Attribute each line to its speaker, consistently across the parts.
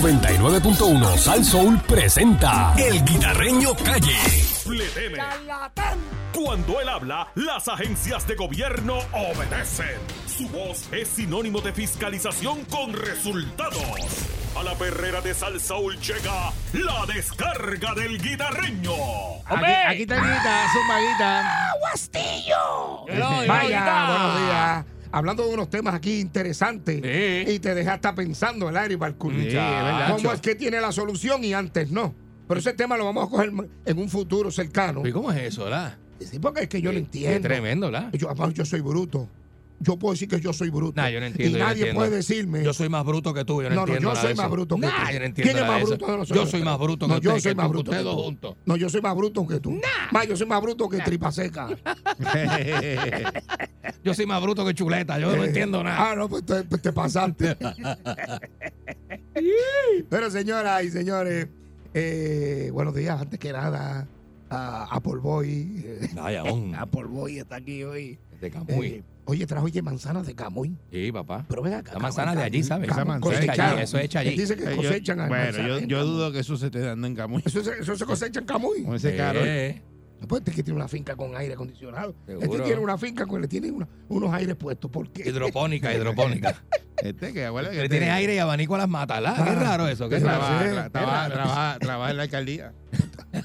Speaker 1: 99.1 Sal Soul presenta El Guitarreño Calle.
Speaker 2: le teme. Cuando él habla, las agencias de gobierno obedecen. Su voz es sinónimo de fiscalización con resultados. A la perrera de Salsaúl llega la descarga del guitarreño.
Speaker 3: Aquí, aquí está Guita, Zumba Guita. Vaya, buenos días. Hablando de unos temas aquí interesantes
Speaker 4: Sí.
Speaker 3: y te deja hasta pensando el aire
Speaker 4: Sí, es verdad,
Speaker 3: Balcuncha. ¿Cómo
Speaker 4: Nacho.
Speaker 3: es que tiene la solución y antes no? Pero ese tema lo vamos a coger en un futuro cercano.
Speaker 4: ¿Y cómo es eso, verdad?
Speaker 3: Sí, porque es que yo no
Speaker 4: Es
Speaker 3: entiendo.
Speaker 4: tremendo, ¿verdad?
Speaker 3: Yo, además, yo soy bruto. Yo puedo decir que yo soy bruto.
Speaker 4: Nah, yo no entiendo,
Speaker 3: Y
Speaker 4: yo no
Speaker 3: nadie
Speaker 4: entiendo.
Speaker 3: puede decirme.
Speaker 4: Yo soy más bruto que tú, yo no,
Speaker 3: No, no, yo
Speaker 4: entiendo nada
Speaker 3: soy
Speaker 4: de
Speaker 3: más
Speaker 4: eso.
Speaker 3: bruto que
Speaker 4: Nah,
Speaker 3: tú.
Speaker 4: yo no entiendo
Speaker 3: ¿Quién es
Speaker 4: nada
Speaker 3: más
Speaker 4: de eso.
Speaker 3: bruto de nosotros?
Speaker 4: Yo soy más bruto que
Speaker 3: No,
Speaker 4: tú.
Speaker 3: yo soy más bruto que
Speaker 4: ustedes dos
Speaker 3: tú.
Speaker 4: juntos.
Speaker 3: No, yo soy más bruto que tú. Más, yo soy más bruto que tripa seca.
Speaker 4: Yo soy más bruto que chuleta, yo no
Speaker 3: Eh,
Speaker 4: entiendo nada.
Speaker 3: Ah, no, pues te, pues te pasaste. Pero señoras y señores, eh, buenos días, antes que nada, a Apple Boy. eh,
Speaker 4: Vaya, un
Speaker 3: Apple Boy está aquí hoy.
Speaker 4: de
Speaker 3: Eh,
Speaker 4: Camuy.
Speaker 3: oye, trajo oye, manzanas de Camuy.
Speaker 4: Sí, papá.
Speaker 3: Pero ven acá.
Speaker 4: La manzana de allí, ¿sabes?
Speaker 3: Esa
Speaker 5: Esa manzana
Speaker 3: manzana
Speaker 5: es
Speaker 4: allí, eso es hecha allí.
Speaker 3: Dice que
Speaker 5: Eh, yo-
Speaker 3: cosechan al
Speaker 5: bueno,
Speaker 3: manzana
Speaker 5: yo,
Speaker 3: en
Speaker 5: yo
Speaker 3: Camuy.
Speaker 5: dudo que eso se esté dando en Camuy.
Speaker 3: Eso se, eso se cosecha en Camuy.
Speaker 5: Con ese calor.
Speaker 4: Eh,
Speaker 3: Después este que tiene una finca con aire acondicionado. Este
Speaker 4: Seguro.
Speaker 3: tiene una finca con le tiene una- unos aires puestos. ¿Por qué?
Speaker 4: hidropónica, hidropónica.
Speaker 5: Este que abuela que
Speaker 4: Le
Speaker 5: este-
Speaker 4: tiene aire y abanico a las matas. ¿verdad? Qué raro eso, qué
Speaker 3: Es
Speaker 4: raro.
Speaker 5: Trabaja,
Speaker 3: Sí,
Speaker 5: tra-
Speaker 3: es
Speaker 5: trabaja,
Speaker 3: Ah, raro.
Speaker 5: trabaja, trabaja en la alcaldía.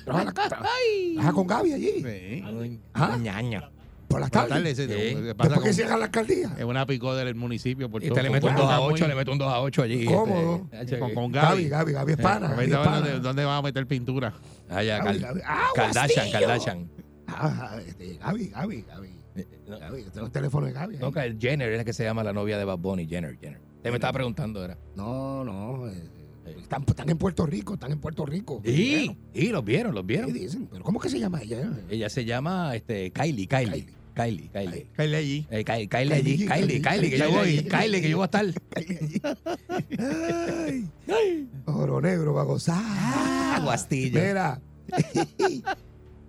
Speaker 3: Trabaja, trabaja con Gaby allí.
Speaker 5: Sí.
Speaker 3: Ajá.
Speaker 4: Ah, Ñaña.
Speaker 3: Por las
Speaker 5: Por la
Speaker 3: tardes.
Speaker 5: tarde se- se-
Speaker 4: Sí.
Speaker 5: se pasa
Speaker 3: ¿Por qué
Speaker 5: con- Eh,
Speaker 3: cierran la alcaldía?
Speaker 5: Es una picó del municipio. Por
Speaker 4: Y
Speaker 5: todo-
Speaker 4: te le meto un
Speaker 5: con-
Speaker 4: 2 a
Speaker 5: con-
Speaker 4: 8, le meto un 2 a 8 allí.
Speaker 3: Cómodo.
Speaker 4: este.
Speaker 5: Con, con
Speaker 3: Gaby,
Speaker 5: Gaby.
Speaker 3: Gaby, Gaby es pana.
Speaker 5: Ahorita
Speaker 3: Gaby es
Speaker 5: hablando de
Speaker 3: pana.
Speaker 5: ¿Dónde van a meter pintura?
Speaker 4: Allá,
Speaker 3: Gaby,
Speaker 4: Cal-
Speaker 3: Gaby. ¡Ah,
Speaker 4: Kardashian,
Speaker 3: Guasillo!
Speaker 4: Kardashian.
Speaker 3: Ah, este, Gaby, Gaby, Gaby.
Speaker 4: Eh, no,
Speaker 3: Gaby, este es el teléfono de Gaby. ahí.
Speaker 4: No, que Jenner es la que se llama la novia de Bad Bunny, Jenner, Jenner. Usted me estaba preguntando, era.
Speaker 3: No, no. eh, Están, están en Puerto Rico, están en Puerto Rico.
Speaker 4: Y, y los vieron, los
Speaker 3: Bueno, ¿qué
Speaker 4: vieron.
Speaker 3: dicen? ¿Pero cómo es que se llama ella?
Speaker 4: Ella se llama este, Kylie, Kylie, Kylie, Kylie.
Speaker 5: Caile allí.
Speaker 4: Eh, Ky- Kylie allí,
Speaker 3: Kylie, Kylie,
Speaker 4: Kylie, Kylie, que yo
Speaker 3: Kylie
Speaker 4: voy,
Speaker 3: allí.
Speaker 4: Kylie, que yo voy a estar.
Speaker 3: Ay. Oro negro va a gozar.
Speaker 4: Ah, Guastillo.
Speaker 3: Mira.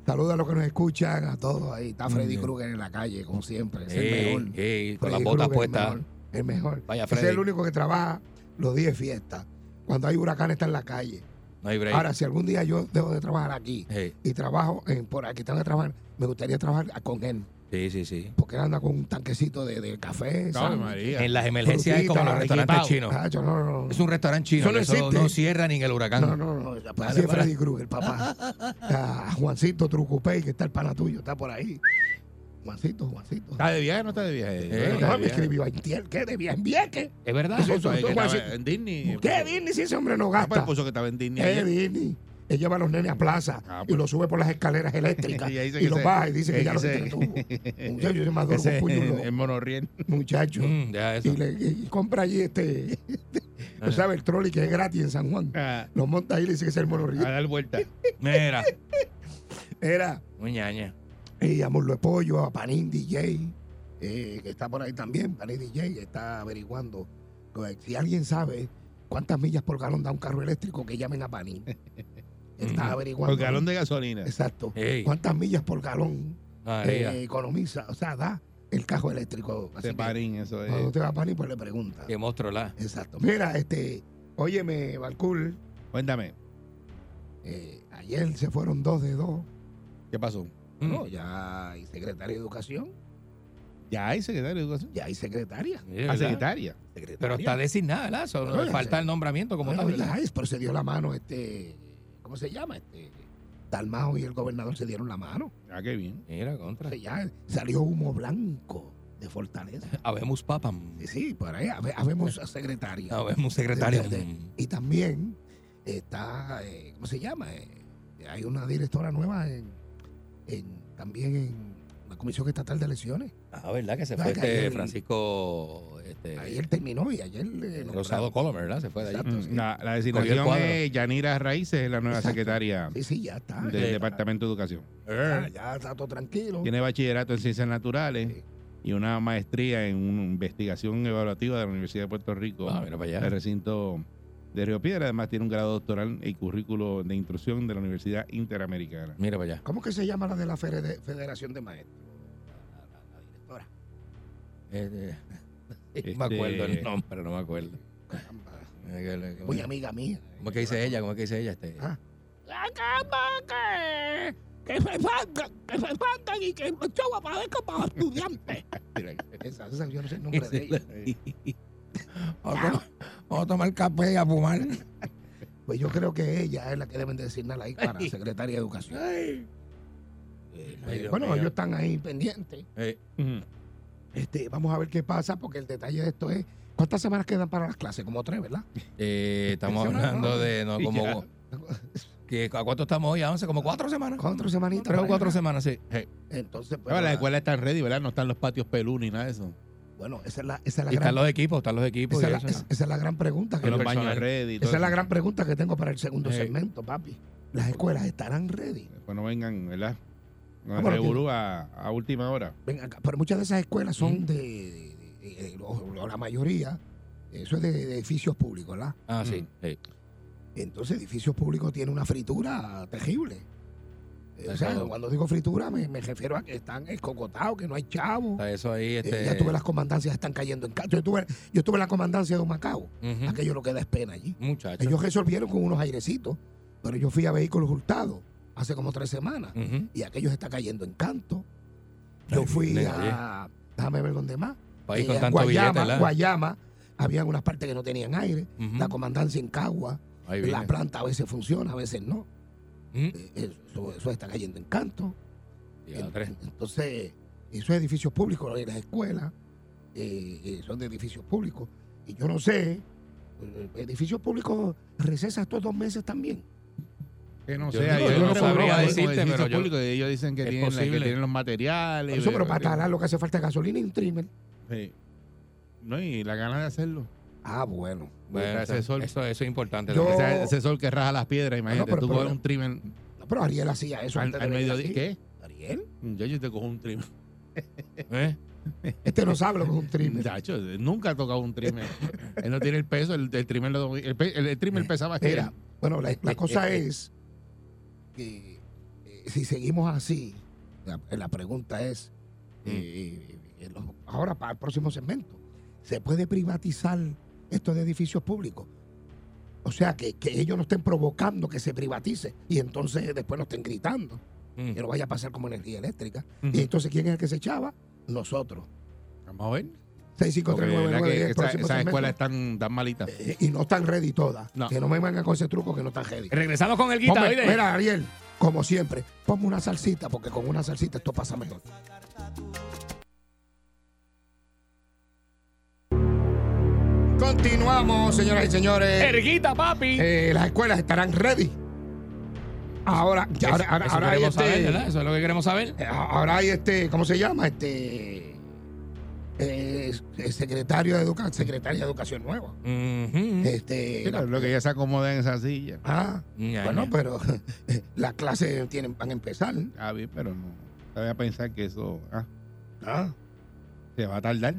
Speaker 3: Saluda a los que nos escuchan, a todos ahí. Está Freddy
Speaker 4: Mm.
Speaker 3: Krueger en la calle, como siempre. Es
Speaker 4: Ey,
Speaker 3: el mejor.
Speaker 4: ey, con
Speaker 3: Freddy
Speaker 4: las botas
Speaker 3: Krueger,
Speaker 4: puestas.
Speaker 3: El mejor. El mejor.
Speaker 4: Vaya,
Speaker 3: Ese es
Speaker 4: Freddy.
Speaker 3: el único que trabaja los días de fiesta. Cuando hay huracán está en la calle.
Speaker 4: No hay break.
Speaker 3: Ahora, si algún día yo dejo de trabajar aquí
Speaker 4: Eh,
Speaker 3: y trabajo en, por aquí tengo que trabajar, me gustaría trabajar con él.
Speaker 4: sí, sí, sí.
Speaker 3: Porque él anda con un tanquecito de, de café.
Speaker 5: Ave
Speaker 3: sándwich.
Speaker 5: María.
Speaker 4: En las emergencias es
Speaker 3: Frutita,
Speaker 4: como los
Speaker 3: Ricky
Speaker 4: restaurantes
Speaker 5: Pao.
Speaker 4: chinos.
Speaker 3: Ah, yo no, no, no.
Speaker 4: Es un restaurante chino,
Speaker 3: Eso no
Speaker 4: que eso
Speaker 3: existe.
Speaker 4: no cierra ni en el huracán.
Speaker 3: No, no, no. pues, Así
Speaker 4: Para,
Speaker 3: es
Speaker 4: para.
Speaker 3: Freddy Krueger, papá. A Juancito Trucupey, que está el pana tuyo, está por ahí. Juancito, Juancito.
Speaker 5: ¿Está de viaje o no está de viaje?
Speaker 3: no,
Speaker 4: Eh,
Speaker 5: Está de
Speaker 3: me
Speaker 5: viaje.
Speaker 3: escribió ayer, ¿qué? De bien, bien, ¿qué?
Speaker 4: Es verdad.
Speaker 3: Eso-
Speaker 5: Puso ahí que
Speaker 3: Tú,
Speaker 5: estaba
Speaker 3: Juancito.
Speaker 5: en Disney.
Speaker 3: ¿Qué Disney si ese hombre no
Speaker 5: Ah, pues
Speaker 3: gasta?
Speaker 5: puso que estaba en Disney.
Speaker 3: ¿Qué
Speaker 5: ayer.
Speaker 3: Disney? Eh, Él lleva a los nenes a plaza
Speaker 5: Ah,
Speaker 3: y
Speaker 5: pues.
Speaker 3: los sube por las escaleras eléctricas
Speaker 5: Y ahí dice
Speaker 3: y
Speaker 5: que
Speaker 3: los
Speaker 5: se-
Speaker 3: baja y dice que
Speaker 5: que
Speaker 3: ya los
Speaker 5: se-
Speaker 3: entretuvo. Muchacho, yo más duro que
Speaker 5: Ese em-
Speaker 3: un puño de
Speaker 5: en Monorriel.
Speaker 3: loco, muchacho.
Speaker 4: Mm, deja eso.
Speaker 3: Y, le, y- y compra allí este,
Speaker 4: Ah.
Speaker 3: tú sabes, el trolley que es gratis en San Juan.
Speaker 5: A
Speaker 3: Lo monta ahí y le dice que es el
Speaker 5: a
Speaker 3: monorriel.
Speaker 5: dar vuelta.
Speaker 4: Mira,
Speaker 3: Era eh,
Speaker 4: muy ñaña.
Speaker 3: Y a Murlo de Pollo, a Panín DJ, eh, que está por ahí también, Panín DJ, que está averiguando. Eh, Si alguien sabe cuántas millas por galón da un carro eléctrico, que llamen a Panín. Está
Speaker 4: Ujú.
Speaker 3: averiguando.
Speaker 5: Por galón de Eh, gasolina.
Speaker 3: Exacto.
Speaker 4: Ey.
Speaker 3: ¿Cuántas millas por galón
Speaker 4: María.
Speaker 3: eh, economiza? O sea, da el carro eléctrico. Así
Speaker 5: Ese
Speaker 3: que
Speaker 5: parín, eso es.
Speaker 3: cuando usted va a Panín, pues le pregunta.
Speaker 4: Qué monstruo la.
Speaker 3: Exacto. Mira, este, óyeme, Balcul,
Speaker 5: Cuéntame,
Speaker 3: eh, ayer se fueron dos de dos.
Speaker 5: ¿qué pasó?
Speaker 4: Mm.
Speaker 3: No, ya hay secretaria de educación,
Speaker 5: Ya hay secretario de educación.
Speaker 3: ya hay secretaria.
Speaker 4: Sí, ¿verdad?
Speaker 5: Ah, secretaria.
Speaker 4: Pero está designada, ¿verdad? Eso,
Speaker 3: Bueno,
Speaker 4: le falta
Speaker 3: sí.
Speaker 4: el nombramiento como
Speaker 3: Bueno,
Speaker 4: tal.
Speaker 3: la
Speaker 4: ¿verdad?
Speaker 3: AES, pero se dio la mano este, ¿cómo se llama? Este, Dalmao y el gobernador se dieron la mano.
Speaker 5: Ah, qué bien.
Speaker 4: Mira, contra.
Speaker 3: Entonces ya salió humo blanco de Fortaleza.
Speaker 4: Habemos papam.
Speaker 3: Sí, sí, por ahí habe- habemos secretaria.
Speaker 4: Habemos secretario. Mm.
Speaker 3: De- de- Y también está, eh, ¿cómo se llama? Eh, hay una directora nueva en, en- también en la Comisión Estatal de Elecciones.
Speaker 4: Ah, ¿verdad? Que se
Speaker 3: No,
Speaker 4: fue
Speaker 3: que
Speaker 4: este
Speaker 3: ayer-
Speaker 4: Francisco este,
Speaker 3: Ayer terminó y ayer... eh,
Speaker 4: Rosado Colomer, ¿verdad? Se fue de allí.
Speaker 3: Exacto, sí.
Speaker 5: La,
Speaker 4: Cogió
Speaker 5: la
Speaker 4: el
Speaker 5: designación
Speaker 4: cuadro.
Speaker 5: es Yanira Raíces, la nueva
Speaker 3: Exacto.
Speaker 5: secretaria
Speaker 3: Sí, sí, ya está.
Speaker 5: del
Speaker 4: Sí.
Speaker 5: Departamento de Educación.
Speaker 4: Er.
Speaker 3: Ya, ya está todo tranquilo.
Speaker 5: Tiene bachillerato en Ciencias Naturales
Speaker 3: Sí.
Speaker 5: y una maestría en una investigación evaluativa de la Universidad de Puerto Rico,
Speaker 4: Ah, mira para
Speaker 5: el
Speaker 4: allá.
Speaker 5: recinto de Río Piedra. Además, tiene un grado doctoral y currículo de instrucción de la Universidad Interamericana.
Speaker 4: Mira para allá.
Speaker 3: ¿Cómo que se llama la de la Fede- Federación de Maestros? La, la- la directora.
Speaker 4: Eh, eh,
Speaker 5: Este-
Speaker 3: Este
Speaker 4: No me acuerdo el nombre, no me acuerdo.
Speaker 3: Caramba. muy amiga mía.
Speaker 4: ¿Cómo es que dice ella? ¿Cómo es que dice ella? Este?
Speaker 3: Ah.
Speaker 6: La cama que, que se salga, que se salga y que el show aparezca para estudiantes.
Speaker 3: Esa, esa, yo no sé el nombre de ella.
Speaker 4: Vamos a tomar café y a fumar.
Speaker 3: Pues yo creo que ella es la que deben designar ahí para secretaria de educación. Eh, bueno, ellos están ahí pendientes.
Speaker 4: Eh,
Speaker 5: Ujú.
Speaker 3: Este, vamos a ver qué pasa, porque el detalle de esto es. ¿Cuántas semanas quedan para las clases? Como tres, ¿verdad?
Speaker 4: Eh, estamos
Speaker 3: Semana,
Speaker 4: hablando
Speaker 3: ¿no?
Speaker 4: de no, como que, ¿a cuánto estamos hoy? ¿A 11? ¿Como cuatro semanas?
Speaker 3: Cuatro semanitas.
Speaker 4: Tres o
Speaker 3: por
Speaker 4: cuatro
Speaker 3: ahí, ¿verdad?
Speaker 4: semanas, sí. Sí.
Speaker 3: Entonces, pues.
Speaker 5: Ahora, las
Speaker 3: nada.
Speaker 5: escuelas están ready, ¿verdad? No están los patios pelú ni nada de eso.
Speaker 3: Bueno, esa es la, esa es la
Speaker 4: Y están
Speaker 3: gran.
Speaker 4: los equipos, están los equipos.
Speaker 3: Esa
Speaker 4: y
Speaker 3: es la,
Speaker 4: eso.
Speaker 3: es- esa es la gran pregunta.
Speaker 5: Que
Speaker 4: El
Speaker 5: los
Speaker 4: personal.
Speaker 5: baños ready. y todo
Speaker 3: esa es la
Speaker 5: eso.
Speaker 3: gran pregunta que tengo para el segundo
Speaker 4: Sí.
Speaker 3: segmento, papi. ¿Las escuelas estarán ready?
Speaker 5: Después no vengan, ¿verdad? No
Speaker 3: Ah, pero
Speaker 5: revolú a, a última hora.
Speaker 3: Ven acá. Pero muchas de esas escuelas son de. de- de- o- o la mayoría, eso es de, de edificios públicos, ¿verdad?
Speaker 4: Ah,
Speaker 3: Mm.
Speaker 4: sí. sí.
Speaker 3: Entonces, edificios públicos tiene una fritura terrible. Eh, O sea,
Speaker 4: Exacto.
Speaker 3: cuando digo fritura, me, me refiero a que están escocotados, que no hay chavos.
Speaker 4: Está eso ahí.
Speaker 3: Eh,
Speaker 4: Este,
Speaker 3: ya tuve las comandancias, están cayendo en casa. Yo tuve, yo tuve la comandancia de Humacao.
Speaker 4: Ujú.
Speaker 3: Aquello lo que da es pena allí.
Speaker 4: Muchachos.
Speaker 3: Ellos resolvieron con unos airecitos, pero yo fui a vehículos hurtados hace como tres semanas
Speaker 4: Ujú.
Speaker 3: y aquellos está cayendo en canto. Yo fui
Speaker 4: bien,
Speaker 3: a. Déjame ver dónde más.
Speaker 4: País
Speaker 3: Eh,
Speaker 4: con tanto
Speaker 3: Guayama,
Speaker 4: billete, ¿verdad?
Speaker 3: Guayama, había unas partes que no tenían aire.
Speaker 4: Ujú.
Speaker 3: La comandancia en Cagua,
Speaker 4: Ahí viene.
Speaker 3: la planta a veces funciona, a veces no.
Speaker 4: Ujú.
Speaker 3: Eh, Eso, eso está cayendo en canto.
Speaker 4: Ya,
Speaker 3: Eh,
Speaker 4: tres.
Speaker 3: Entonces, esos edificios públicos, las escuelas, eh, eh, son de edificios públicos. Y yo no sé, eh, edificios públicos recesa estos dos meses también.
Speaker 5: Que no
Speaker 4: Yo
Speaker 5: sé,
Speaker 4: no-
Speaker 5: ellos
Speaker 4: yo no
Speaker 5: se
Speaker 4: sabría
Speaker 5: preocupan con
Speaker 4: decirte,
Speaker 5: edificios
Speaker 4: pero yo-
Speaker 5: públicos, ellos dicen que
Speaker 4: es
Speaker 5: tienen, la- que
Speaker 4: posible.
Speaker 5: tienen los materiales.
Speaker 3: Eso, pero para talar lo que hace falta es gasolina y un trimmer.
Speaker 5: Sí. No, y la gana de hacerlo.
Speaker 3: Ah, bueno.
Speaker 4: Bueno,
Speaker 5: Ese
Speaker 4: eso,
Speaker 5: sol.
Speaker 4: eso, eso es importante.
Speaker 3: Yo-
Speaker 4: Esa-
Speaker 5: Ese, ese sol que raja las piedras, imagínate.
Speaker 3: pero-
Speaker 5: tú
Speaker 3: pero-
Speaker 5: coges un trimmer
Speaker 3: No, pero Ariel hacía eso
Speaker 5: al,
Speaker 3: antes
Speaker 5: al
Speaker 3: de venir
Speaker 5: mediodía.
Speaker 3: aquí.
Speaker 5: ¿Qué?
Speaker 3: Ariel.
Speaker 5: Yo, yo te cojo un trimmer.
Speaker 4: ¿eh?
Speaker 3: Este no sabe lo que es un trimmer.
Speaker 5: Muchacho, nunca ha tocado un trimmer. él no tiene el peso, el, el trimmer lo domi- el, pe- el- el trimmer pesa más que él.
Speaker 3: Mira, bueno, la,
Speaker 5: este,
Speaker 3: la cosa es que eh, si seguimos así, la, la pregunta es,
Speaker 5: Mm.
Speaker 3: eh, eh, lo- ahora para el próximo segmento, ¿se puede privatizar estos edificios públicos? O sea, que, que ellos no estén provocando que se privatice y entonces después no estén gritando,
Speaker 4: Mm.
Speaker 3: que no vaya a pasar como energía eléctrica.
Speaker 5: Ujú.
Speaker 3: Y entonces, ¿quién es el que se echaba? Nosotros.
Speaker 5: Vamos a ver. Porque la
Speaker 3: 65399
Speaker 5: verdad que
Speaker 3: el
Speaker 5: esa-
Speaker 3: próximo
Speaker 5: esas escuelas
Speaker 3: segmento.
Speaker 5: están tan malitas.
Speaker 3: Eh, y no están ready todas.
Speaker 5: No.
Speaker 3: Que no me vengan con ese truco que no están ready.
Speaker 4: Regresamos con el
Speaker 3: Ponme-
Speaker 4: guita. oíde.
Speaker 3: mira, Ariel, como siempre, ponme una salsita, porque con una salsita esto pasa mejor. Continuamos, señoras y señores.
Speaker 4: Erguita, papi.
Speaker 3: Eh, las escuelas estarán ready. Ahora, ya, ahora, ahora-
Speaker 4: Eso
Speaker 3: ahora hay
Speaker 4: queremos saber,
Speaker 3: este,
Speaker 4: ¿verdad? Eso es lo que queremos saber.
Speaker 3: eh, ahora hay este, ¿cómo se llama? Este eh, eh, secretario de educación, secretaria de educación nueva.
Speaker 4: Ujú.
Speaker 3: Este,
Speaker 5: Sí,
Speaker 3: la-
Speaker 5: pero lo que ya se acomoda en esa silla.
Speaker 3: ah,
Speaker 4: Ya,
Speaker 3: bueno,
Speaker 4: ya.
Speaker 3: pero las clases tienen, van a empezar.
Speaker 5: Ah, bien, pero
Speaker 3: Mm.
Speaker 5: no. Voy a pensar que eso ah,
Speaker 3: Ah,
Speaker 5: se va a tardar.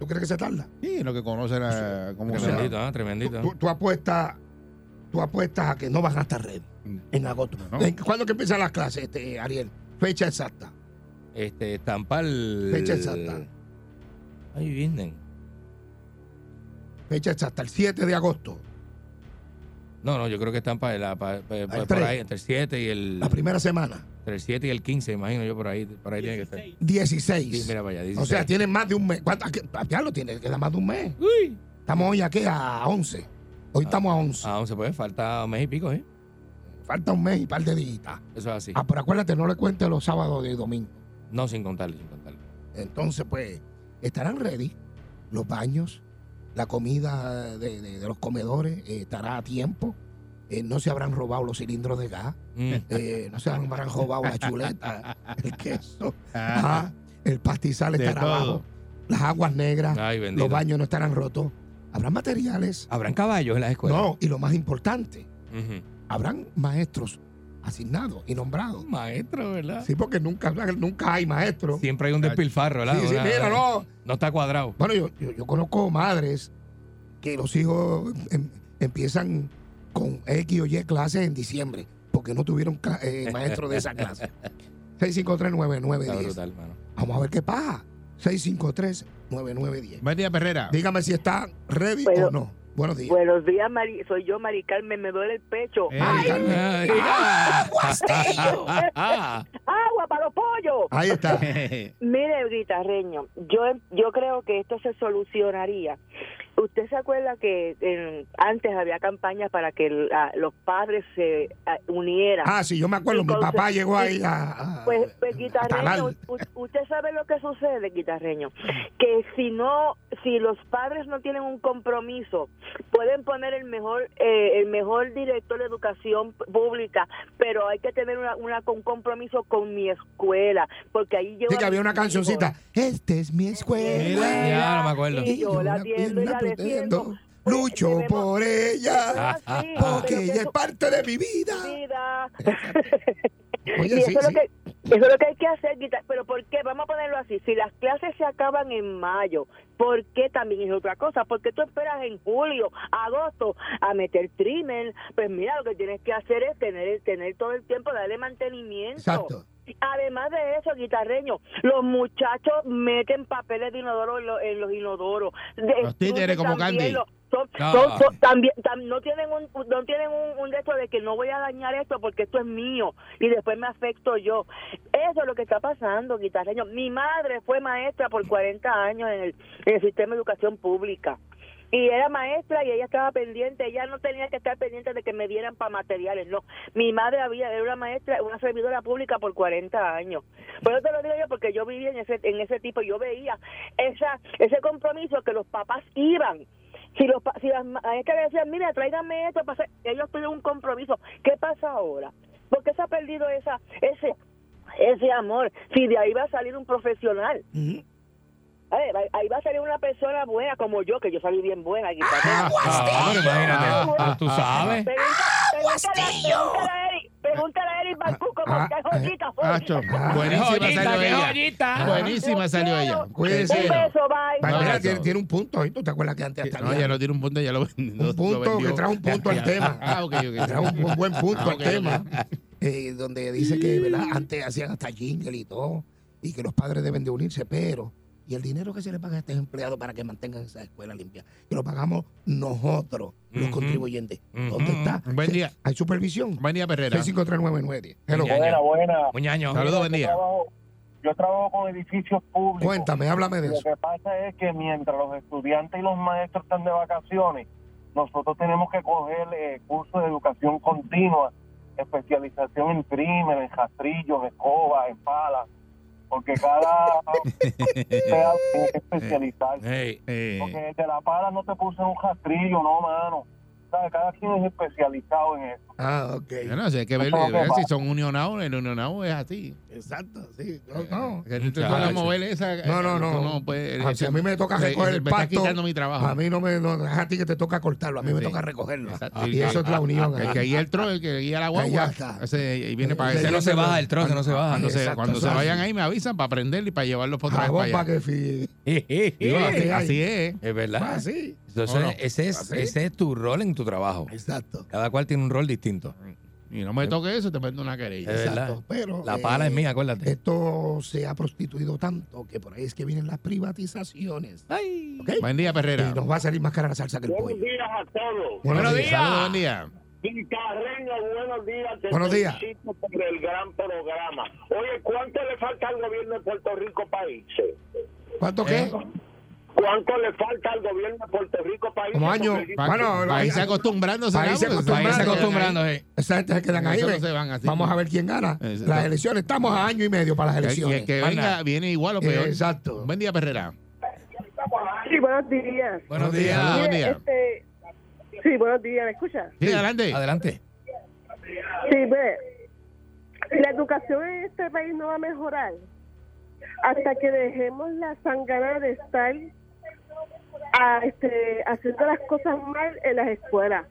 Speaker 3: ¿Tú crees que se tarda?
Speaker 5: Sí, lo que conocen a cómo se va.
Speaker 4: Tremendito, ¿eh? tremendito.
Speaker 3: Tú, tú apuestas, tú apuestas a que no van a estar ready
Speaker 5: Mm.
Speaker 3: en agosto.
Speaker 5: No.
Speaker 3: ¿En- ¿Cuándo que empiezan las clases, este, Ariel? Fecha exacta.
Speaker 4: Este, estampar.
Speaker 3: Fecha
Speaker 4: Fecha
Speaker 3: exacta.
Speaker 4: Ay, vienen.
Speaker 3: Fecha exacta, el 7 de agosto.
Speaker 4: No, no, yo creo que están para, la- pa- pa- pa- por
Speaker 3: tres. Ah,
Speaker 4: ahí, entre el 7 y el,
Speaker 3: La primera semana.
Speaker 4: entre el 7 y el 15, imagino yo, por ahí, por ahí tiene que estar. Sí,
Speaker 3: 16.
Speaker 4: mira para allá,
Speaker 3: o
Speaker 4: 16.
Speaker 3: sea, tienen más de un mes. ¿Cuánto- a qué- a- Ya lo tienen, queda más de un mes. Estamos hoy aquí a 11. Hoy
Speaker 4: Ah,
Speaker 3: estamos a 11.
Speaker 4: Ah, se puede, falta un mes y pico, ¿eh?
Speaker 3: Falta un mes y un par de días.
Speaker 4: Eso es así.
Speaker 3: Ah, pero acuérdate, no le cuentes los sábados y domingo.
Speaker 4: No, sin contarle, sin contarle.
Speaker 3: Entonces, pues, estarán ready los baños, la comida de, de- de los comedores eh, estará a tiempo, eh, no se habrán robado los cilindros de gas,
Speaker 4: Mm.
Speaker 3: eh, no se habrán robado la chuleta, el queso,
Speaker 5: Ah,
Speaker 3: ajá, el pastizal
Speaker 5: de
Speaker 3: estará
Speaker 5: todo. Ah,
Speaker 3: abajo, las aguas negras,
Speaker 4: Ay, bendito.
Speaker 3: ah, los baños no estarán rotos, habrán materiales,
Speaker 4: ¿Habrán caballos en las
Speaker 5: pues.
Speaker 4: escuelas?
Speaker 3: no, y lo más importante,
Speaker 4: Ujú.
Speaker 3: habrán maestros asignados y nombrados.
Speaker 5: Mm.
Speaker 4: Maestro, ¿verdad?
Speaker 3: Sí, porque nunca, nunca hay maestros.
Speaker 4: Siempre hay un despilfarro, ¿verdad?
Speaker 3: Sí, sí,
Speaker 4: Una-
Speaker 3: mira, no.
Speaker 4: No está cuadrado.
Speaker 3: Bueno, yo, yo, yo conozco madres que los hijos em- empiezan con X o Y clases en diciembre porque no tuvieron cla- eh, maestro de esa clase.
Speaker 4: Está
Speaker 3: 6539910.
Speaker 4: brutal, mano.
Speaker 3: Vamos a ver qué pasa. 6539910.
Speaker 5: Buen día, Perrera.
Speaker 3: Dígame si está ready
Speaker 7: Pero-
Speaker 3: o no. Buenos días.
Speaker 7: Buenos días, Mari- soy yo, Mari Carmen, me duele el pecho.
Speaker 5: Eh,
Speaker 4: Ay, ah, ah,
Speaker 7: ¡Agua para los pollos!
Speaker 3: Ahí está.
Speaker 7: Mire, guitarreño, yo, yo creo que esto se solucionaría. ¿Usted se acuerda que eh, antes había campañas para que la- los padres se ah, unieran?
Speaker 3: Ah, sí, yo me acuerdo, mi
Speaker 7: Entonces,
Speaker 3: papá llegó ahí a. a-
Speaker 7: Pues, pues,
Speaker 3: a talar.
Speaker 7: guitarreño, u- usted sabe lo que sucede, guitarreño, que si no, si los padres no tienen un compromiso, pueden poner el mejor, eh, el mejor director de educación p- pública, pero hay que tener una, una- un compromiso con mi escuela, porque ahí llevo
Speaker 3: Sí, que
Speaker 7: a
Speaker 3: había
Speaker 7: mis
Speaker 3: una
Speaker 7: hijos.
Speaker 3: cancioncita. Esta es mi escuela.
Speaker 4: Mira, ya no me acuerdo.
Speaker 7: Y yo la atiendo y
Speaker 3: pierna
Speaker 7: la defiendo. Pues,
Speaker 3: Lucho
Speaker 7: debemos-
Speaker 3: por ella.
Speaker 7: Ah, sí,
Speaker 3: Porque
Speaker 7: pero
Speaker 3: ella
Speaker 7: que
Speaker 3: es
Speaker 7: eso-
Speaker 3: parte de mi vida.
Speaker 7: vida.
Speaker 3: Oye,
Speaker 7: y eso,
Speaker 3: sí,
Speaker 7: es lo
Speaker 3: sí.
Speaker 7: que, eso es lo que hay que hacer, guita- pero ¿por qué? Vamos a ponerlo así, si las clases se acaban en mayo, ¿por qué también es otra cosa? ¿Por qué tú esperas en julio, agosto a meter trimel? Pues mira, lo que tienes que hacer es tener, tener todo el tiempo, darle mantenimiento.
Speaker 3: Exacto.
Speaker 7: Además de eso, guitarreño, los muchachos meten papeles de inodoro en, lo- en los inodoros. De-
Speaker 5: Los títeres como Candy.
Speaker 7: también los- son-
Speaker 4: No.
Speaker 7: son- son- también, tam- no tienen un no tienen un, un de esto de que no voy a dañar esto porque esto es mío y después me afecto yo. Eso es lo que está pasando, guitarreño. Mi madre fue maestra por 40 años en el, en el sistema de educación pública. Y era maestra y ella estaba pendiente, ella no tenía que estar pendiente de que me dieran para materiales, no. Mi madre había, era una maestra, una servidora pública por 40 años. Por eso te lo digo yo porque yo vivía en ese, en ese tipo, yo veía esa, ese compromiso que los papás iban. Si, los, pa- si las maestras le decían, mira, tráigame esto, para hacer", ellos tuvieron un compromiso. ¿Qué pasa ahora? ¿Por qué se ha perdido esa, ese, ese amor? Si de ahí va a salir un profesional. A ver, ahí- ahí va a salir una persona buena como yo, que yo salí bien buena. guitarrera.
Speaker 4: ah, pero imagínate, pero ah, tú sabes.
Speaker 7: Pregúntale- Pregúntale a Eric- pregúntale a Eric Bancuco, porque es joyita, fue.
Speaker 3: ah,
Speaker 5: Acho, buenísima salió ella. Buenísima salió ella.
Speaker 3: Cuídense.
Speaker 7: Un beso, bye.
Speaker 5: Bye.
Speaker 3: Mira,
Speaker 5: abrazo.
Speaker 3: tiene, tiene un punto ahí. ¿Tú te acuerdas que antes hasta
Speaker 5: No,
Speaker 3: había-
Speaker 5: ya no tiene un punto, ya lo vendió.
Speaker 3: un punto que trae un punto al tema.
Speaker 5: Ah, ok, ok.
Speaker 3: Trae un, un buen punto
Speaker 5: Ah,
Speaker 3: al
Speaker 5: ok,
Speaker 3: tema. eh, donde dice que ¿verdad? antes hacían hasta jingle y todo. Y que los padres deben de unirse, pero. Y el dinero que se le paga a estos empleados para que mantengan esa escuela limpia, que lo pagamos nosotros, los
Speaker 5: Ujú.
Speaker 3: contribuyentes.
Speaker 5: Ujú.
Speaker 3: ¿Dónde está?
Speaker 5: Buen
Speaker 3: Se-
Speaker 5: día.
Speaker 3: ¿Hay supervisión?
Speaker 5: Buen día, Perrera.
Speaker 3: 6539910. Hello.
Speaker 4: Ya, ya.
Speaker 8: buena.
Speaker 4: Muñaño.
Speaker 5: Saludos, buen día.
Speaker 8: Trabajo- yo trabajo con edificios públicos.
Speaker 3: Cuéntame, háblame de
Speaker 8: Lo
Speaker 3: eso.
Speaker 8: que pasa es que mientras los estudiantes y los maestros están de vacaciones, nosotros tenemos que coger eh, cursos de educación continua, especialización en primer, en rastrillos, en escobas, en palas, porque cada
Speaker 5: Eh,
Speaker 8: sea tiene que especializarse.
Speaker 5: Ey, eh,
Speaker 8: Porque el de la pala no te puse un rastrillo, no, mano. O sea, cada quien es especializado en eso.
Speaker 3: Ah, ok.
Speaker 5: yo no sé, hay que ver de verdad, si son unionados, el unionado es así.
Speaker 3: Exacto, sí.
Speaker 5: Eh,
Speaker 3: No, no.
Speaker 5: Que tú te
Speaker 4: Chacho.
Speaker 5: puedas mover esa.
Speaker 3: No, no, no.
Speaker 5: pues,
Speaker 3: Ah, si a mí me toca
Speaker 5: ese-
Speaker 3: recoger
Speaker 5: ese-
Speaker 3: el
Speaker 5: eh, me está
Speaker 3: pasto,
Speaker 5: quitando mi trabajo.
Speaker 3: A mí no me. No, es a ti que te toca cortarlo, a mí me
Speaker 5: Sí.
Speaker 3: toca recogerlo.
Speaker 5: Exacto.
Speaker 3: Y eso es la unión.
Speaker 5: El
Speaker 3: ajá.
Speaker 5: que guía el tro, el que guía la
Speaker 3: ya
Speaker 5: guagua.
Speaker 3: está.
Speaker 5: Ese, y viene para
Speaker 3: Ese
Speaker 5: ese
Speaker 4: Usted no se baja del trozo, no se baja.
Speaker 5: Cuando, se,
Speaker 3: Exacto,
Speaker 5: cuando se
Speaker 3: eso es
Speaker 5: vayan
Speaker 3: así.
Speaker 5: ahí me avisan para aprenderlo y para llevarlos por otra vez
Speaker 3: Jabón
Speaker 5: para
Speaker 3: para
Speaker 5: allá.
Speaker 3: Ah, que ah, fíe.
Speaker 5: Digo, así,
Speaker 3: Ay.
Speaker 5: así es.
Speaker 4: Es verdad.
Speaker 3: Así.
Speaker 4: Entonces,
Speaker 5: ¿O no?
Speaker 4: ese, es,
Speaker 3: ¿Así?
Speaker 4: ese es tu rol en tu trabajo.
Speaker 3: Exacto.
Speaker 4: Cada cual tiene un rol distinto.
Speaker 5: Y
Speaker 3: Eh.
Speaker 5: no me toque eso, te prendo una querella.
Speaker 4: Es verdad.
Speaker 3: Exacto. Pero,
Speaker 4: La
Speaker 3: eh,
Speaker 4: pala es mía, acuérdate.
Speaker 3: Esto se ha prostituido tanto que por ahí es que vienen las privatizaciones.
Speaker 4: Ay.
Speaker 3: ¿ok?
Speaker 5: Buen día,
Speaker 3: Y
Speaker 5: Perrera.
Speaker 3: nos va a salir más cara la salsa que el pollo.
Speaker 8: días a todos.
Speaker 3: Buenos días.
Speaker 5: Saludos, buen día.
Speaker 8: Guitarreño, buenos días. Te
Speaker 3: Buenos días.
Speaker 8: felicito por el gran programa. Oye, ¿cuánto le falta al gobierno de Puerto Rico para irse?
Speaker 3: ¿Cuánto qué?
Speaker 5: Eh,
Speaker 8: ¿Cuánto le falta al gobierno de Puerto Rico para irse?
Speaker 3: Como año.
Speaker 8: Porque-
Speaker 5: Pa-
Speaker 3: Bueno,
Speaker 5: pa'
Speaker 3: ahí-
Speaker 5: irse acostumbrándose.
Speaker 3: pa' irse
Speaker 5: ¿no? Pues,
Speaker 4: Ahí se
Speaker 5: pa' irse
Speaker 4: acostumbrando, eh.
Speaker 3: Esa gente se quedan ahí.
Speaker 5: Eso no
Speaker 3: ¿ves?
Speaker 5: se van así.
Speaker 3: Vamos a ver quién gana.
Speaker 5: Exacto.
Speaker 3: Las elecciones. Estamos a año y medio para las
Speaker 5: Y el- y el
Speaker 3: elecciones.
Speaker 5: que venga viene igual o peor.
Speaker 3: Exacto.
Speaker 5: Buen día, Perrera.
Speaker 9: Sí, buenos días.
Speaker 4: Buenos
Speaker 5: días.
Speaker 4: días.
Speaker 5: Buen día.
Speaker 9: Este, sí, buenos días, ¿me escucha?
Speaker 5: Sí, adelante.
Speaker 4: Adelante.
Speaker 9: Sí, ve, la educación en este país no va a mejorar hasta que dejemos la sangana de estar a, este, haciendo las cosas mal en las escuelas.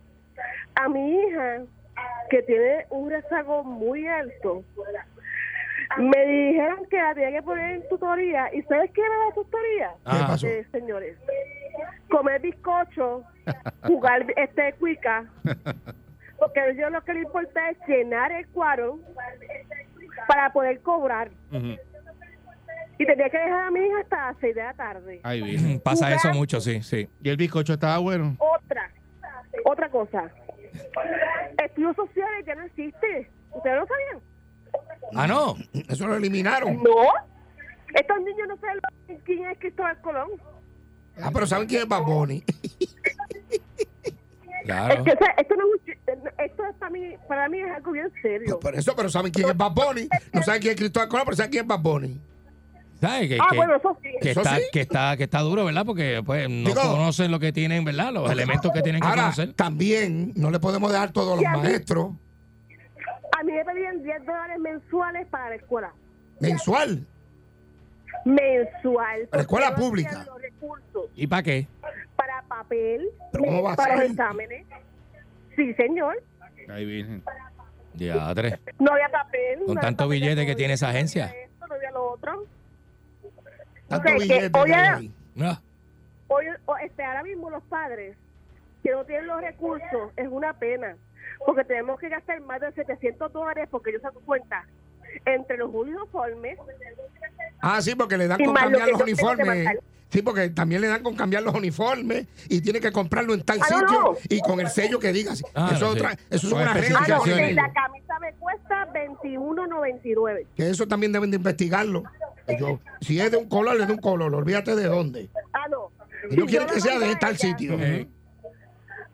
Speaker 9: A mi hija, que tiene un rezago muy alto, me dijeron que la tenía que poner en tutoría. ¿Y sabes qué era la tutoría?
Speaker 3: ¿Qué pasó?
Speaker 9: Eh, señores, comer bizcocho, jugar este cuica, porque a ellos lo que le importa es llenar el cuadro para poder cobrar.
Speaker 5: Ujú.
Speaker 9: Y tenía que dejar a mi hija hasta las 6 de la tarde.
Speaker 5: Ahí viene.
Speaker 4: Pasa eso mucho, sí, sí.
Speaker 5: ¿Y el bizcocho estaba bueno?
Speaker 9: Otra, otra cosa. Estudios sociales ya no existe. ¿Ustedes lo sabían?
Speaker 4: Ah, no.
Speaker 3: Eso lo eliminaron.
Speaker 9: No. Estos niños no saben lo- quién es Cristóbal Colón.
Speaker 3: Ah, pero ¿saben quién es Bad Bunny? Ah.
Speaker 4: Claro.
Speaker 9: Es que, o sea, esto, no es un chi- esto es para, mí, para mí es algo bien serio.
Speaker 3: Por eso, pero ¿saben quién es Bad Bunny? No saben quién es Cristóbal Colón, pero ¿saben quién es Bad Bunny?
Speaker 4: ¿Sabes? Que,
Speaker 9: Ah,
Speaker 4: que-
Speaker 9: bueno, eso sí.
Speaker 4: que
Speaker 3: eso
Speaker 4: está,
Speaker 3: sí.
Speaker 4: que, está, que está duro, ¿verdad? Porque pues, no
Speaker 3: Digo-
Speaker 4: conocen lo que tienen, ¿verdad? Los elementos que tienen que
Speaker 3: Ahora,
Speaker 4: conocer.
Speaker 3: también no le podemos dejar todos los
Speaker 9: Ya, sí.
Speaker 3: maestros
Speaker 9: A mí me pedían 10 dólares mensuales para la escuela.
Speaker 3: mensual.
Speaker 9: Mensual.
Speaker 3: Para la escuela
Speaker 9: porque no
Speaker 3: pública.
Speaker 9: tenían Los recursos
Speaker 4: ¿Y para qué?
Speaker 9: para papel,
Speaker 3: Pero ¿cómo va a
Speaker 9: para los
Speaker 3: ser?
Speaker 9: exámenes. Sí, señor.
Speaker 5: Ahí viene.
Speaker 4: Diadre.
Speaker 9: No había papel.
Speaker 4: Con
Speaker 9: no había
Speaker 4: tanto
Speaker 9: papel de
Speaker 4: billete que
Speaker 9: cobre,
Speaker 4: tiene esa
Speaker 9: no había
Speaker 4: agencia.
Speaker 9: esto, no había lo otro.
Speaker 3: Tanto
Speaker 9: O sea, que
Speaker 3: billete.
Speaker 9: hoy
Speaker 3: que hay
Speaker 9: a-
Speaker 3: ahí.
Speaker 4: Ah,
Speaker 9: Hoy, o- este, ahora mismo los padres que no tienen los recursos es una pena, porque tenemos que gastar más de 700 dólares, porque yo saco cuenta, entre los uniformes,
Speaker 3: Ah, sí, porque le dan
Speaker 9: Y
Speaker 3: con
Speaker 9: más lo
Speaker 3: cambiar
Speaker 9: que
Speaker 3: los
Speaker 9: yo tengo que
Speaker 3: uniformes.
Speaker 9: mandar.
Speaker 3: Sí, porque también le dan con cambiar los uniformes y tiene que comprarlo en tal
Speaker 9: Ah, no,
Speaker 3: sitio
Speaker 9: no.
Speaker 3: y con el sello que digas.
Speaker 4: Ah,
Speaker 3: eso,
Speaker 4: no,
Speaker 3: es
Speaker 4: sí.
Speaker 3: otra, eso es
Speaker 5: Con
Speaker 3: una regla
Speaker 9: ah,
Speaker 3: que
Speaker 9: no,
Speaker 5: especificaciones.
Speaker 3: ponen
Speaker 9: que
Speaker 3: ellos.
Speaker 9: la camisa me cuesta 21.99.
Speaker 3: Que eso también deben de investigarlo. Yo, si es de un color, es de un color. Olvídate de dónde.
Speaker 9: Ah, no.
Speaker 3: Yo
Speaker 9: Si
Speaker 3: quiero
Speaker 9: la
Speaker 3: que sea de
Speaker 9: mandara
Speaker 3: tal
Speaker 9: ya,
Speaker 3: sitio.
Speaker 5: Eh,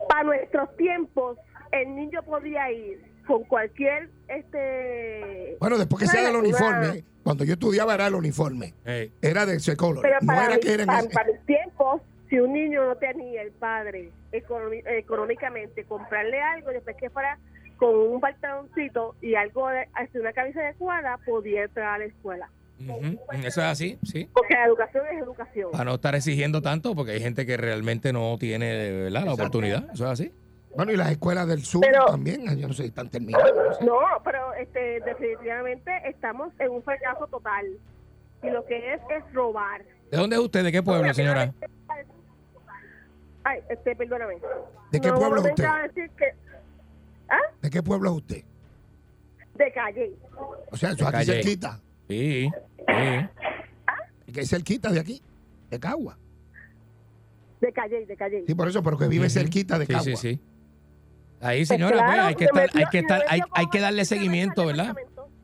Speaker 9: Para nuestros tiempos, el niño podía ir con cualquier... este
Speaker 3: Bueno, después que sea del
Speaker 9: Una-
Speaker 3: uniforme. Cuando yo estudiaba era el uniforme.
Speaker 4: eh,
Speaker 3: Era de ese color.
Speaker 9: Pero
Speaker 3: No
Speaker 9: para,
Speaker 3: era
Speaker 9: mi-
Speaker 3: que era en
Speaker 9: para,
Speaker 3: ese-
Speaker 9: para mis tiempos, si un niño no tenía el padre economi- eh, económicamente, comprarle algo, después que fuera con un pantaloncito y algo, de, así, una camisa adecuada, podía entrar a la escuela.
Speaker 4: ujú. Eso es así, sí.
Speaker 9: Porque la educación es educación.
Speaker 3: Ah.
Speaker 4: Para no estar exigiendo tanto, porque hay gente que realmente no tiene ¿verdad? la oportunidad. Eso es así.
Speaker 3: Bueno, y las escuelas del sur
Speaker 9: Pero-
Speaker 3: también. Yo no sé si están terminando. no sé.
Speaker 9: No, pero este, definitivamente estamos en un fracaso total. Y lo que es es robar.
Speaker 4: ¿De dónde es usted? ¿De qué pueblo, señora?
Speaker 9: Ay, este, perdóname.
Speaker 3: ¿De qué
Speaker 9: No,
Speaker 3: pueblo es
Speaker 9: no
Speaker 3: usted?
Speaker 9: venga a decir que- ¿Ah?
Speaker 3: ¿De qué pueblo es usted?
Speaker 9: De calle.
Speaker 3: O sea, eso
Speaker 4: De
Speaker 3: aquí
Speaker 4: Calle.
Speaker 3: cerquita.
Speaker 4: Sí, sí.
Speaker 3: Que es cerquita de aquí. De Cagua.
Speaker 9: De calle, de calle.
Speaker 3: Sí, por eso, pero que vive
Speaker 4: Ujú.
Speaker 3: cerquita de
Speaker 4: Sí,
Speaker 3: Cagua.
Speaker 4: sí, sí. Ahí, señora,
Speaker 9: Claro,
Speaker 4: pues, hay que
Speaker 9: me
Speaker 4: estar,
Speaker 9: metió-
Speaker 4: hay que estar,
Speaker 9: me
Speaker 4: hay,
Speaker 9: metió
Speaker 4: hay que darle
Speaker 9: como-
Speaker 4: seguimiento, ¿verdad?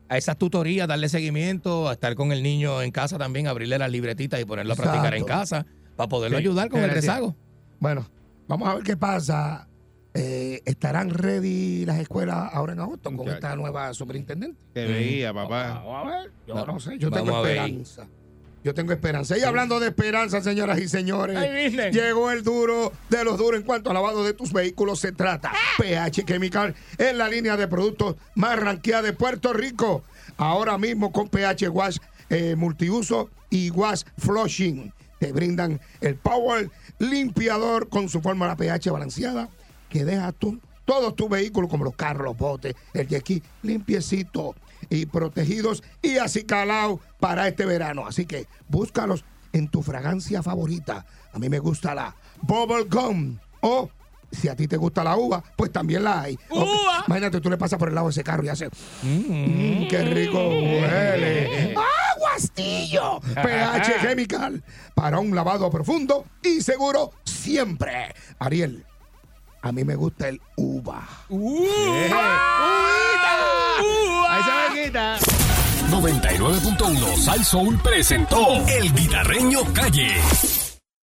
Speaker 4: A esas tutorías, darle seguimiento, a estar con el niño en casa también, abrirle las libretitas y ponerlo a practicar en
Speaker 3: Exacto.
Speaker 4: casa para poderlo
Speaker 5: Sí,
Speaker 4: ayudar con el
Speaker 5: gracias.
Speaker 4: rezago.
Speaker 3: Bueno, vamos a ver qué pasa. Eh, ¿Estarán ready las escuelas ahora en agosto con
Speaker 5: Ya.
Speaker 3: esta nueva superintendente?
Speaker 5: Te veía, papá.
Speaker 3: Vamos a ver. Yo
Speaker 4: No,
Speaker 3: no, sé, yo
Speaker 4: vamos
Speaker 3: tengo
Speaker 4: a ver.
Speaker 3: esperanza. Yo tengo esperanza. Y hablando de esperanza, señoras y señores. Llegó el duro de los duros en cuanto al lavado de tus vehículos se trata.
Speaker 4: Ah.
Speaker 3: PH Chemical es la línea de productos más ranqueada de Puerto Rico. Ahora mismo con PH Wash eh, multiuso y Wash Flushing. Te brindan el Power limpiador con su fórmula PH balanceada que deja tú, todos tus vehículos, como los carros, los botes, el jet ski, limpiecito y protegidos y acicalados para este verano. Así que búscalos en tu fragancia favorita. A mí me gusta la Bubble Gum o si a ti te gusta la uva, pues también la hay. O- imagínate, tú le pasas por el lado de ese carro y hace "Mm, ¡Qué rico huele! ¡Aguastillo! PH Chemical para un lavado profundo y seguro siempre. Ariel, a mí me gusta el uva.
Speaker 5: Ahí se me quita.
Speaker 1: 99.1 Sal Soul presentó El Guitarreño Calle.